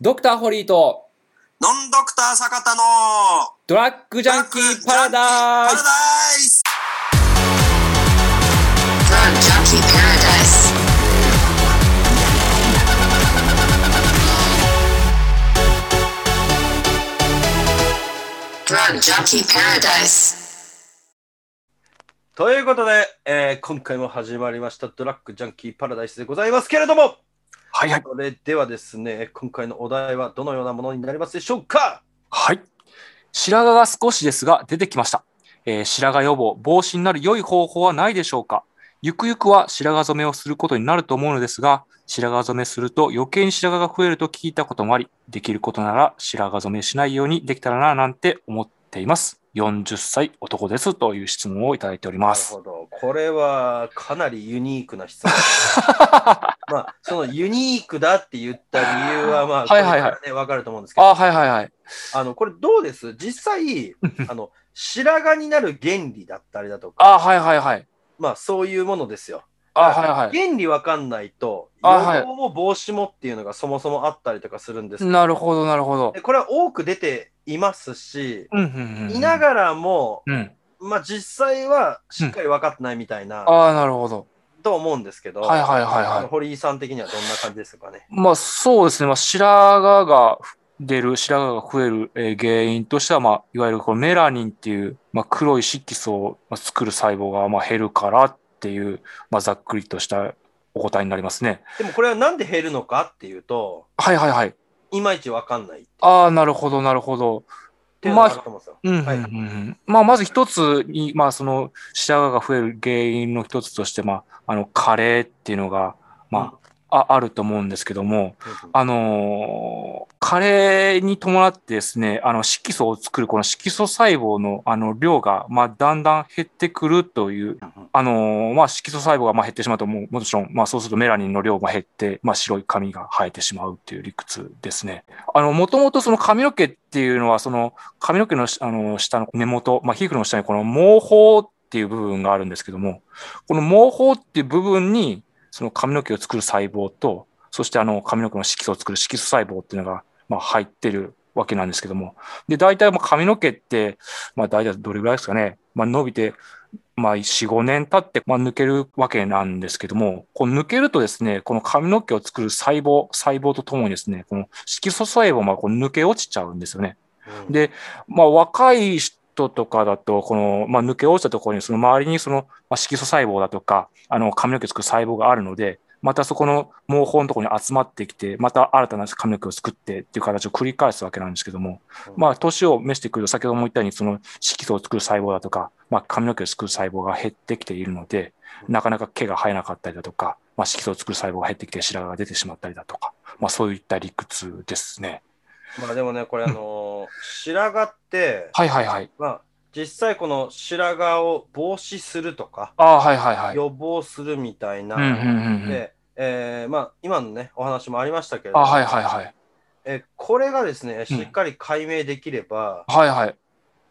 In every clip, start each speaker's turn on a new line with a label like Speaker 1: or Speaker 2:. Speaker 1: ドクターホリーと
Speaker 2: ノンドクター坂田の
Speaker 1: ドラッグジャンキーパラダイ
Speaker 2: パラ
Speaker 1: ス
Speaker 2: ダイス
Speaker 3: Drug Junkie Paradise.
Speaker 4: ということで、えー今回も始まりましたドラッグジャンキーパラダイスでございますけれども、
Speaker 5: はいはい。
Speaker 4: それではですね、今回のお題はどのようなものになりますでしょうか
Speaker 5: はい。白髪が少しですが出てきました。えー白髪予防、防止になる良い方法はないでしょうかゆくゆくは白髪染めをすることになると思うのですが、白髪染めすると余計に白髪が増えると聞いたこともあり、できることなら白髪染めしないようにできたらななんて思っています。40歳男ですという質問をいただいており
Speaker 4: な
Speaker 5: ま
Speaker 4: る
Speaker 5: す。
Speaker 4: ほど。これはかなりユニークな 質問。まあ、そのユニークだって言った理由は、まあ、
Speaker 5: はいはいはい
Speaker 4: これからね、わかると思うんですけど、
Speaker 5: あ、
Speaker 4: あ
Speaker 5: はいはいはい。
Speaker 4: の、これどうです 実際、あの、白髪になる原理だったりだとか、
Speaker 5: あ、はいはいはい。
Speaker 4: まあ、そういうものですよ。
Speaker 5: あ、はいはい。
Speaker 4: 原理わかんないと、予
Speaker 5: あはい
Speaker 4: 防も防止もっていうのがそもそもあったりとかするんですけど
Speaker 5: なるほどなるほど
Speaker 4: で。これは多く出ていますし、
Speaker 5: うんうんうん。
Speaker 4: いながらも、
Speaker 5: うん。
Speaker 4: まあ、実際はしっかり分かってないみたいな、
Speaker 5: ああ、なるほど。
Speaker 4: と思うんですけど、
Speaker 5: はいはいはい
Speaker 4: あ
Speaker 5: はい
Speaker 4: の。堀井さん的にはどんな感じですかね。
Speaker 5: まあそうですね、まあ、白髪が出る、白髪が増える、えー原因としては、まあ、いわゆるこのメラニンっていう、まあ、黒い色素をまあ作る細胞がまあ減るからっていう、まあ、ざっくりとしたお答えになりますね。
Speaker 4: でもこれはなんで減るのかっていうと、
Speaker 5: はいはいはい。
Speaker 4: いまいち分かんないって
Speaker 5: ああ、なるほど、なるほど。
Speaker 4: いうのがあると思うんですよ。
Speaker 5: うんうんうん
Speaker 4: はい
Speaker 5: うんまあ、まず一つに、まあ、その白髪が増える原因の一つとして、まあ、あの加齢っていうのが、まあああると思うんですけども、
Speaker 4: うん
Speaker 5: あのー、加齢に伴ってですね、あの色素を作るこの色素細胞のあの量が、まあ、だんだん減ってくるという、あのーまあ、色素細胞がまあ減ってしまうともう、もちろん、まあ、そうするとメラニンの量も減って、まあ、白い髪が生えてしまうという理屈ですね。あの、もともとその髪の毛っていうのは、その髪の毛のしあの下の根元、まあ、皮膚の下にこの毛包っていう部分があるんですけども、この毛包っていう部分に、その髪の毛を作る細胞と、そしてあの髪の毛の色素を作る色素細胞っていうのが、まあ、入ってるわけなんですけども。で、大体まあ髪の毛って、まあ大体どれぐらいですかね。まあ伸びて、まあ4、5年経って、まあ抜けるわけなんですけども、この抜けるとですね、この髪の毛を作る細胞、細胞とともにですね、この色素細胞がこう抜け落ちちゃうんですよね。
Speaker 4: うん
Speaker 5: で、まあ、若い人とかだと、この、まあ、抜け落ちたところに、その周りにその、まあ、色素細胞だとか、あの、髪の毛を作る細胞があるので、またそこの毛包のところに集まってきて、また新たな髪の毛を作ってっていう形を繰り返すわけなんですけども、
Speaker 4: うん
Speaker 5: まあ、年を召してくると、先ほども言ったように、その色素を作る細胞だとか、まあ、髪の毛を作る細胞が減ってきているので、なかなか毛が生えなかったりだとか、まあ、色素を作る細胞が減ってきて白髪が出てしまったりだとか、まあ、そういった理屈ですね。
Speaker 4: まあでもね、これあのー白髪って、
Speaker 5: はいはいはい。
Speaker 4: まあ、実際この白髪を防止するとか、
Speaker 5: ああ、はいはいはい。
Speaker 4: 予防するみたいな、
Speaker 5: うんうんうんうん
Speaker 4: で、えーまあ、今のね、お話もありましたけれど
Speaker 5: あ、
Speaker 4: も、
Speaker 5: はいはいはい。
Speaker 4: えーこれがですね、しっかり解明できれば、
Speaker 5: はいはい。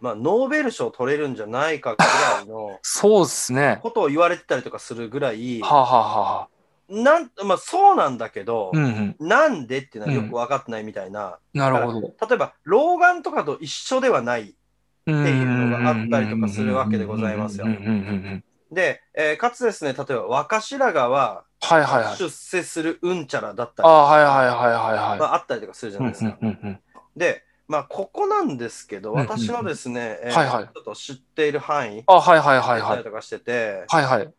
Speaker 4: まあ、ノーベル賞取れるんじゃないかぐらい の
Speaker 5: そうですね。
Speaker 4: ことを言われてたりとかするぐらい、
Speaker 5: はあ、はあはあはあ、
Speaker 4: なんまあ、そうなんだけど、
Speaker 5: うんうん。
Speaker 4: なんでっていうのはよく分かってないみたいな、
Speaker 5: なるほど。っ
Speaker 4: 例えば老眼とかと一緒ではない。
Speaker 5: て
Speaker 4: いうのがあったりとかするわけでございますよ
Speaker 5: うんうんうんうん。
Speaker 4: で、えーかつですね、例えば若白髪は
Speaker 5: はいはいはい。
Speaker 4: 出世するうんちゃらだった
Speaker 5: あ
Speaker 4: り、
Speaker 5: あ、はいはいはいはい
Speaker 4: ま
Speaker 5: は
Speaker 4: あ、あったりとかするじゃ
Speaker 5: い。
Speaker 4: ないですか。
Speaker 5: うんうんうん
Speaker 4: で、まあ、ここなんですけ
Speaker 5: う
Speaker 4: ど、
Speaker 5: んうんうん
Speaker 4: 私のですね、えー
Speaker 5: はいはい
Speaker 4: ちょっと知っている範囲
Speaker 5: あ、はいはいはい
Speaker 4: だっ
Speaker 5: は
Speaker 4: たり
Speaker 5: い。
Speaker 4: とかしてて、
Speaker 5: はいはい。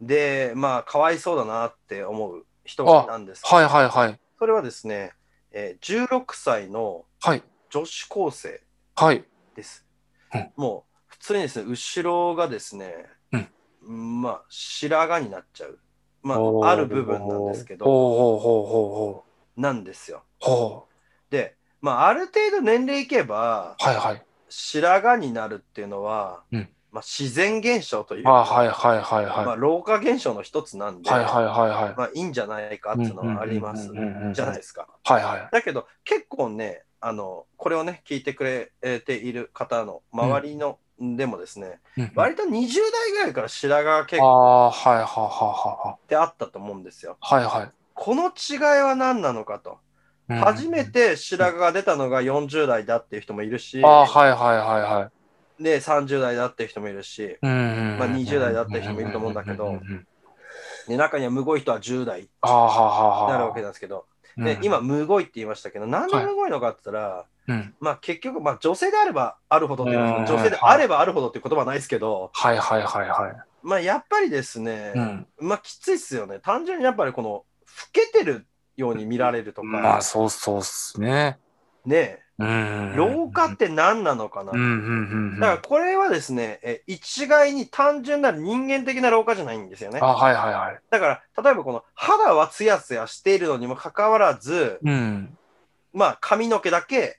Speaker 4: で、まあ、かわいそうだなって思う人がなんですけど、
Speaker 5: はいはいはい。
Speaker 4: それはですね、えー16歳の
Speaker 5: はい。
Speaker 4: 女子高生
Speaker 5: はい。
Speaker 4: です。
Speaker 5: うん
Speaker 4: もう、普通にですね、後ろがですね、まあ、白髪になっちゃう。ま
Speaker 5: おー
Speaker 4: あ、ある部分なんですけど、
Speaker 5: ほうほう
Speaker 4: なんですよ。
Speaker 5: ほうほうほう。ほ
Speaker 4: で、まあ、ある程度年齢いけば、
Speaker 5: う。はいはい。
Speaker 4: 白髪になるっていうのは、
Speaker 5: うん
Speaker 4: まあ、自然現象という
Speaker 5: あ
Speaker 4: か、
Speaker 5: あ、はいはいはいはい。
Speaker 4: まあ、老化現象の一つなんで、
Speaker 5: はいはいはいはい。
Speaker 4: まあ、いいんじゃないかっていうのはあります
Speaker 5: うんうんうんうんうん
Speaker 4: じゃないですか。
Speaker 5: はいはい。
Speaker 4: だけど結構ねあのこれをね聞いてくれえーている方の周りの、でもですね
Speaker 5: うん
Speaker 4: 割と20代ぐらいから白髪結
Speaker 5: あ
Speaker 4: 構
Speaker 5: あ、はいはいはい
Speaker 4: ってあったと思うんですよ。
Speaker 5: はいはい。はいはい。
Speaker 4: この違いは何なのかと。
Speaker 5: うん
Speaker 4: 初めて白髪が出たのが40代だっていう人もいるし、
Speaker 5: ああ、はいはいはいはい。
Speaker 4: で、30代だっていう人もいるし、
Speaker 5: うん
Speaker 4: まあ20代だった人もいると思うんだけど。で中にはむごい人は10代に
Speaker 5: ああ、はあはあ。
Speaker 4: なるわけなんですけど、で、今、むごいって言いましたけど、なんでむごいのかって言ったら、
Speaker 5: うん。
Speaker 4: まあ結局、まあ女性であればあるほどっていうのは
Speaker 5: うん
Speaker 4: 女性であればあるほどっていう言葉はないですけど、
Speaker 5: はいはいはいは
Speaker 4: まあやっぱりですね、
Speaker 5: い。うん。
Speaker 4: まあきついっすよね。単純にやっぱりこの、老けてるように見られるとか、
Speaker 5: まあ、そうそうっすね。
Speaker 4: ね
Speaker 5: うん。
Speaker 4: え、老化って何なのかな。
Speaker 5: うんうんうんうん。
Speaker 4: だからこれはですね、え一概に単純な人間的な老化じゃないんですよね。
Speaker 5: あ、はいはいはい。
Speaker 4: だから、例えばこの肌はツヤツヤしているのにもかかわらず、
Speaker 5: うん。
Speaker 4: まあ髪の毛だけ、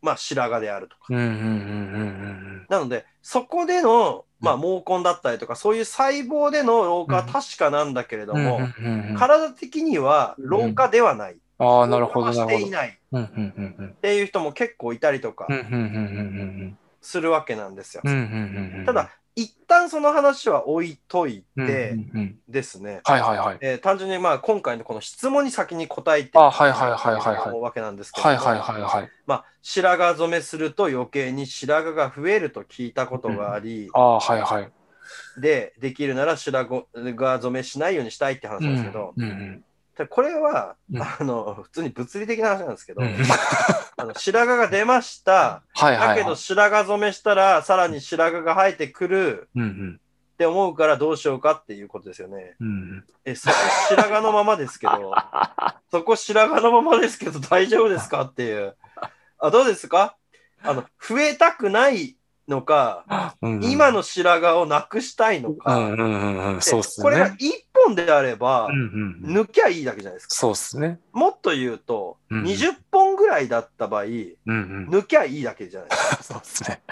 Speaker 4: まあ白髪であるとか。
Speaker 5: うんうんうんうん
Speaker 4: なので、そこでの、まあ、毛根だったりとか、そういう細胞での老化は確かなんだけれど
Speaker 5: うんうん。
Speaker 4: も、
Speaker 5: うんうんうんうん、
Speaker 4: 体的には老化ではない。
Speaker 5: ああ、なるほど、
Speaker 4: 老化
Speaker 5: な
Speaker 4: は
Speaker 5: る
Speaker 4: し
Speaker 5: ほど
Speaker 4: てい。ないっ
Speaker 5: うんうんうんうん
Speaker 4: ていう人も結構いたりとか
Speaker 5: うんうんうん
Speaker 4: するわけなんですよ。
Speaker 5: うんうんうんうん
Speaker 4: ただ、一旦その話は置いとい
Speaker 5: うんうんう
Speaker 4: て
Speaker 5: ん
Speaker 4: ですね、
Speaker 5: はいはいはい。
Speaker 4: えー単純にまあ今回のこの質問に先に答えて
Speaker 5: あはいはいはいはいはい
Speaker 4: 思うわけなんですけど
Speaker 5: は
Speaker 4: も、
Speaker 5: いはいはいはい。
Speaker 4: まあ、白髪染めすると余計に白髪が増えると聞いたことがあり、
Speaker 5: ああ、はいはい。
Speaker 4: で、できるなら白髪染めしないようにしたいって話なんですけど、
Speaker 5: うんうん
Speaker 4: ただこれは、
Speaker 5: うん
Speaker 4: あの、普通に物理的な話なんですけど、
Speaker 5: うんうん
Speaker 4: あの白髪が出ました。
Speaker 5: はいは
Speaker 4: だ
Speaker 5: い
Speaker 4: け
Speaker 5: は
Speaker 4: ど
Speaker 5: い。
Speaker 4: 白髪染めしたら、さらに白髪が生えてくる
Speaker 5: うんうん
Speaker 4: って思うからどうしようかっていうことですよね。
Speaker 5: うんうん
Speaker 4: え、そこ白髪のままですけど、そこ白髪のままですけど大丈夫ですかっていう。あ、どうですかあの、増えたくないのか、
Speaker 5: うんうん
Speaker 4: 今の白髪をなくしたいの
Speaker 5: う
Speaker 4: か、
Speaker 5: んうんうんうん、そうっすね。
Speaker 4: これが一本であれば
Speaker 5: う、んうんうん、
Speaker 4: 抜きゃいいだけじゃないですか。
Speaker 5: そうっすね。
Speaker 4: もっと言うと、
Speaker 5: うんうん
Speaker 4: 20本ぐらいだった場合、
Speaker 5: うんうん。
Speaker 4: 抜きゃいいだけじゃないです か。
Speaker 5: そうっすね。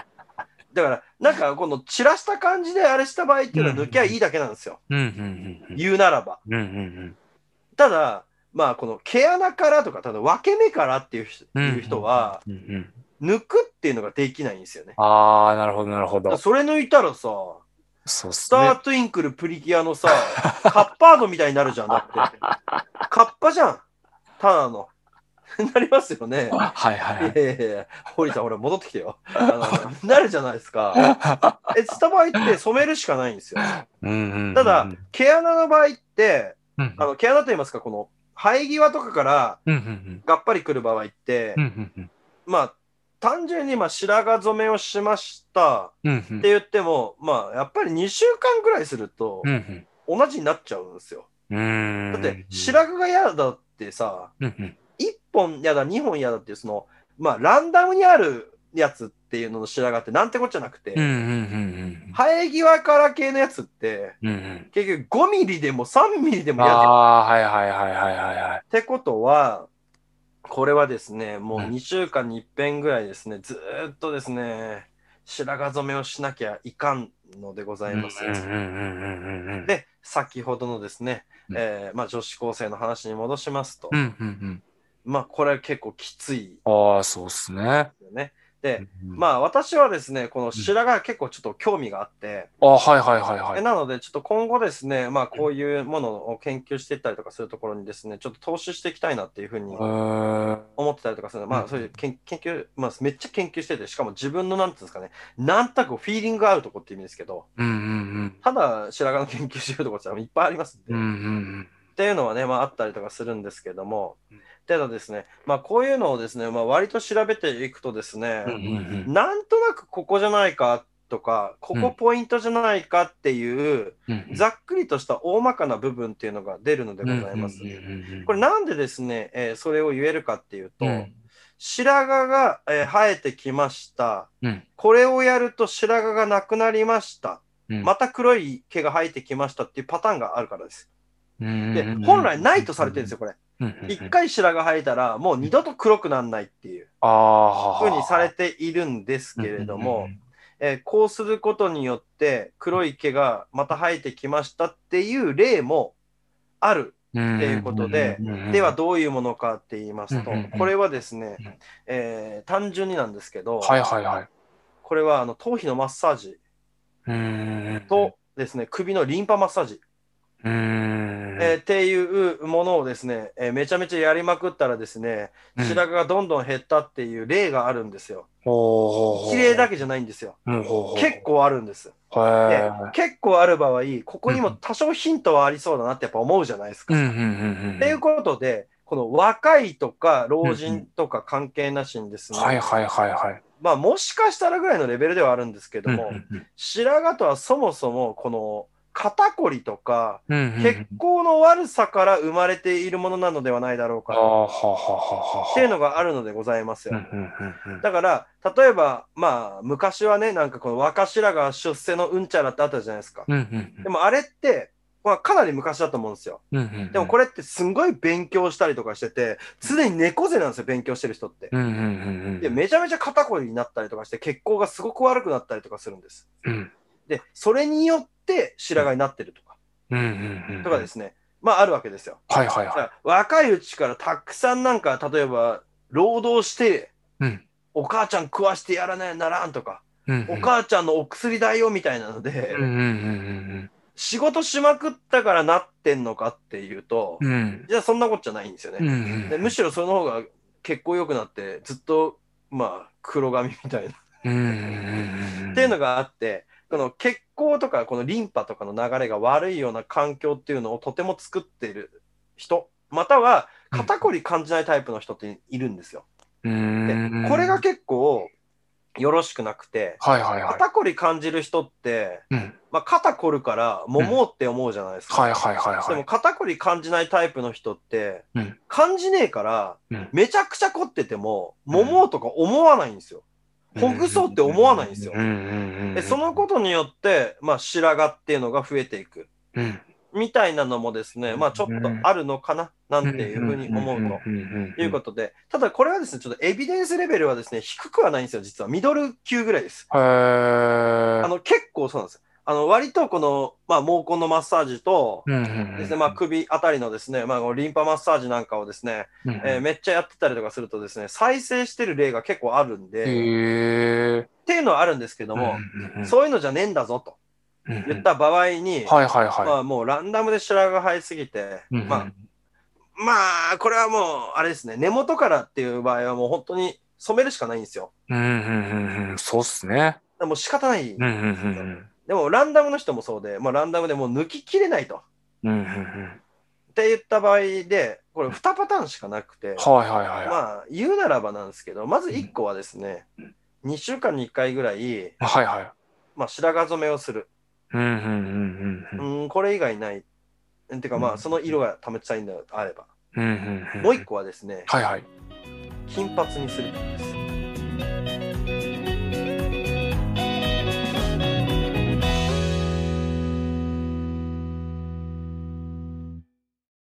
Speaker 4: だから、なんかこの散らした感じであれした場合っていうのは
Speaker 5: うんうん
Speaker 4: 抜きゃいいだけなんですよ。
Speaker 5: うんうんうん
Speaker 4: 言うならば。
Speaker 5: うん。うんうん
Speaker 4: ただ、まあこの毛穴からとか、ただ分け目からっていう人
Speaker 5: うん。
Speaker 4: いう人は、
Speaker 5: うんうん、
Speaker 4: 抜くっていうのができないんですよね。
Speaker 5: ああ、なるほど、なるほ
Speaker 4: だから
Speaker 5: ど。
Speaker 4: それ抜いたらさ、
Speaker 5: そうっ
Speaker 4: ス
Speaker 5: す
Speaker 4: タ
Speaker 5: ね。
Speaker 4: ートインクルプリキュアのさ、カッパードみたいになるじゃん、だって。カッパじゃん。ただの。なりますよね。
Speaker 5: はいはいはい
Speaker 4: いやいやいや、堀さん、ほら、戻ってきてよ。あのなるじゃないですか。え、スタバ行って染めるしかないんですよ。
Speaker 5: うんうんうん。
Speaker 4: ただ、毛穴の場合って、
Speaker 5: うん
Speaker 4: あの毛穴といいますか、この生え際とかから
Speaker 5: うんうん
Speaker 4: がっぱり来る場合って、
Speaker 5: うん。うんうん
Speaker 4: まあ、単純にまあ白髪染めをしました
Speaker 5: うん。うんう
Speaker 4: っ
Speaker 5: ん
Speaker 4: て言っても、まあ、やっぱり2週間ぐらいすると
Speaker 5: う、ん
Speaker 4: 同じになっちゃうんですよ。
Speaker 5: うん。
Speaker 4: だって、
Speaker 5: ら
Speaker 4: 白髪が嫌だってさ、
Speaker 5: うんうん。
Speaker 4: 1本嫌だ、2本嫌だっていう、その、まあ、ランダムにあるやつっていうのの白髪ってなんてこっちゃなくて、
Speaker 5: うんうんうん
Speaker 4: 生え際から系のやつって、
Speaker 5: うん。うんうん。
Speaker 4: 結局5ミリでも3ミリでも
Speaker 5: あ
Speaker 4: 嫌だ。
Speaker 5: あ、はいはいはいはいはいはい。
Speaker 4: ってことは、これはですね、もう
Speaker 5: うん
Speaker 4: 2週間に一遍ぐらいですね、ずーっとですね、白髪染めをしなきゃいかんのでございます。
Speaker 5: うんうんうんうんうんうん。
Speaker 4: で、先ほどのですね、
Speaker 5: うん
Speaker 4: えーまあ、女子高生の話に戻しますと、
Speaker 5: うんうん
Speaker 4: まあ、これは結構きつい
Speaker 5: うん。ああ、そうっすね。
Speaker 4: よね。で、ま
Speaker 5: あ、
Speaker 4: あ、私はですね、この白髪結構ちょっと興味があって、
Speaker 5: あはいはいはいは
Speaker 4: え
Speaker 5: い。
Speaker 4: なので、ちょっと今後ですね、まあ、こういうものを研究していったりとかするところにですね、ちょっと投資していきたいなっていうふうに
Speaker 5: えー
Speaker 4: 思ってたりとかするので、
Speaker 5: う
Speaker 4: まあ、
Speaker 5: ん
Speaker 4: そういう研研究、まあ、めっちゃ研究してて、しかも自分の、なんていうんですかね、なんたくフィーリングがあるとこって意味ですけど、
Speaker 5: うんうん
Speaker 4: ただ白髪の研究してるとこっていっぱいありますんで、
Speaker 5: うん。うん
Speaker 4: っ
Speaker 5: うん
Speaker 4: ていうのはね、まあ、あったりとかするんですけども
Speaker 5: うん、
Speaker 4: ただですね、まあ、こういうのをですね、まあ、割と調べていくとですね、
Speaker 5: うん。うんうんうん
Speaker 4: なんとなくここじゃないかとか、ここポイントじゃないかっていう、
Speaker 5: うんうん。
Speaker 4: ざっくりとした大まかな部分っていうのが出るのでございます。
Speaker 5: うんうんうんうん
Speaker 4: これなんでですね、えーそれを言えるかっていうと、
Speaker 5: うん
Speaker 4: 白髪が、えー生えてきました。
Speaker 5: うん
Speaker 4: これをやると白髪がなくなりました。
Speaker 5: うん
Speaker 4: また黒い毛が生えてきましたっていうパターンがあるからです。で、
Speaker 5: で
Speaker 4: 本来ないとされてるんですよ、これ。
Speaker 5: よ
Speaker 4: 一回白髪生えたら、もう二度と黒くならないっていうふうにされているんですけれども、、えーこうすることによって黒い毛がまた生えてきましたっていう例もある。
Speaker 5: って
Speaker 4: ていうことで、では、どういうものかって言いますと
Speaker 5: うんうんうん、
Speaker 4: これはですね
Speaker 5: うん、
Speaker 4: えー単純になんですけど、
Speaker 5: はいはいはい。
Speaker 4: これはあの頭皮のマッサージ
Speaker 5: うん
Speaker 4: とですね、首のリンパマッサージ。
Speaker 5: うーん。
Speaker 4: えーっていうものをですね、えーめちゃめちゃやりまくったらですね、
Speaker 5: うん
Speaker 4: 白髪がどんどん減ったっていう例があるんですよ。
Speaker 5: ほうほうほう
Speaker 4: 綺麗だけじゃないんですよ。
Speaker 5: うんほうほう
Speaker 4: 結構あるんです。
Speaker 5: へ
Speaker 4: で
Speaker 5: え
Speaker 4: 結構ある場合、ここにも多少ヒントはありそうだなってやっぱ思うじゃないですか。
Speaker 5: うんう
Speaker 4: っ
Speaker 5: んうんうん。
Speaker 4: ていうことで、この若いとか老人とか関係なしにですね、
Speaker 5: はいはいはいはい。
Speaker 4: まあもしかしたらぐらいのレベルではあるんですけども、白髪とはそもそもこの肩こりとか、血
Speaker 5: 結
Speaker 4: 行の悪さから生まれているものなのではないだろう
Speaker 5: あ
Speaker 4: か
Speaker 5: あ、
Speaker 4: と
Speaker 5: はははは。
Speaker 4: っていうのがあるのでございます
Speaker 5: うんう
Speaker 4: よ。
Speaker 5: んうんうん
Speaker 4: だから、例えば、まあ、昔はね、なんかこの若白髪出世のうんちゃらってあったじゃないですか。
Speaker 5: うんうん
Speaker 4: でもあれって、まあ、かなり昔だと思うんですよ。
Speaker 5: うんうんうん
Speaker 4: でもこれってすんごい勉強したりとかしてて、常に猫背なんですよ、勉強してる人って。
Speaker 5: うんうんうんうん
Speaker 4: で、めちゃめちゃ肩こりになったりとかして、血行がすごく悪くなったりとかするんです。
Speaker 5: うん
Speaker 4: で、それによって白髪になってるとか、
Speaker 5: うんうんうん
Speaker 4: とかですね。まあ、あるわけですよ。
Speaker 5: はいはいはい。
Speaker 4: 若いうちからたくさんなんか例えば労働して
Speaker 5: うん
Speaker 4: お母ちゃん食わしてやらないならんとか、
Speaker 5: うんうん
Speaker 4: お母ちゃんのお薬代よみたいなので、
Speaker 5: うんうんうん
Speaker 4: 仕事しまくったからなってんのかっていうと、
Speaker 5: うんうん
Speaker 4: じゃあそんなことじゃないんですよ
Speaker 5: うんう
Speaker 4: ね、
Speaker 5: ん
Speaker 4: でむしろその方が結構良くなってずっとまあ黒髪みたいな、
Speaker 5: うんうんうんうん
Speaker 4: っていうのがあってこの血行とかこのリンパとかの流れが悪いような環境っていうのをとても作っている人または肩こり感じないタイプの人っているんですよ。
Speaker 5: う
Speaker 4: で
Speaker 5: ん
Speaker 4: これが結構よろしくなくて、
Speaker 5: はいはいはい。
Speaker 4: 肩こり感じる人って、
Speaker 5: うん
Speaker 4: まあ、肩こるからももうって思うじゃないですか。
Speaker 5: はいはいはい
Speaker 4: で
Speaker 5: は
Speaker 4: も
Speaker 5: い。
Speaker 4: 肩こり感じないタイプの人って、
Speaker 5: うん
Speaker 4: 感じねえから、
Speaker 5: うん
Speaker 4: めちゃくちゃ凝ってても、ももうとか思わないんですよ。ほぐそうって思わないんですよ。
Speaker 5: うんうんうんうん
Speaker 4: でそのことによって、まあ、白髪っていうのが増えていく。
Speaker 5: うん
Speaker 4: みたいなのもですね、まあちょっとあるのかな、なんていうふうに思うと。
Speaker 5: んんんん
Speaker 4: いうことで、ただこれはですね、ちょっとエビデンスレベルはですね、低くはないんですよ、実は。ミドル級ぐらいです。
Speaker 5: へー
Speaker 4: あの、結構そうなんです。あの、割とこの、まあ、毛根のマッサージと、
Speaker 5: うんうんうん
Speaker 4: ですね、まあ、首あたりのですね、まあ、リンパマッサージなんかをですね、
Speaker 5: うんうん
Speaker 4: えーめっちゃやってたりとかするとですね、再生してる例が結構あるんで、っ
Speaker 5: へー
Speaker 4: ていうのはあるんですけども、
Speaker 5: うんうんうん
Speaker 4: そういうのじゃねえんだぞと
Speaker 5: うんうん
Speaker 4: 言った場合に、
Speaker 5: はいはいはい。
Speaker 4: まあ、もうランダムで白髪が生えすぎて、
Speaker 5: うんうん
Speaker 4: まあ、まあ、これはもう、あれですね、根元からっていう場合はもう本当に染めるしかないんですよ。
Speaker 5: うんうんうんうん、そうっすね。
Speaker 4: でもう仕方ない。
Speaker 5: うんうんうん
Speaker 4: でもランダムの人もそうで、まあ、ランダムでもう抜ききれないと。
Speaker 5: うん。うんうんうん。
Speaker 4: って言った場合で、これ2パターンしかなく
Speaker 5: は
Speaker 4: て、
Speaker 5: いはいはい。は
Speaker 4: まあ、言うならばなんですけど、まず1個はですね、2週間に1回ぐらい、
Speaker 5: いはい。
Speaker 4: まあ、白髪染めをする。
Speaker 5: うんうんうんうんうん。
Speaker 4: うん、これ以外ない。うんてかま
Speaker 5: う
Speaker 4: あ、
Speaker 5: ん
Speaker 4: その色が保ちたいんであれば。
Speaker 5: うんうんうん。
Speaker 4: もう1個はですね、
Speaker 5: はいはい。
Speaker 4: 金髪にすることです。